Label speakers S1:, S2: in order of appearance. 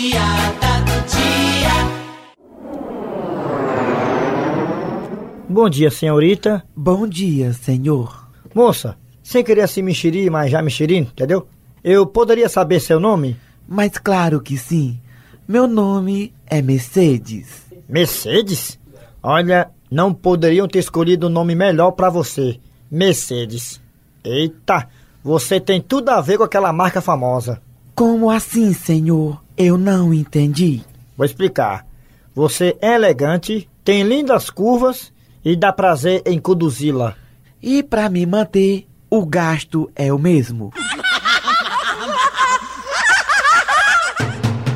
S1: piada do dia.
S2: Bom dia, senhorita.
S3: Bom dia, senhor.
S2: Moça, sem querer se mexeri, mas já mexeri, entendeu? Eu poderia saber seu nome?
S3: Mas claro que sim. Meu nome é Mercedes.
S2: Mercedes? Olha, não poderiam ter escolhido um nome melhor pra você. Mercedes. Eita, você tem tudo a ver com aquela marca famosa.
S3: Como assim, senhor? Eu não entendi.
S2: Vou explicar. Você é elegante, tem lindas curvas e dá prazer em conduzi-la.
S3: E para me manter, o gasto é o mesmo.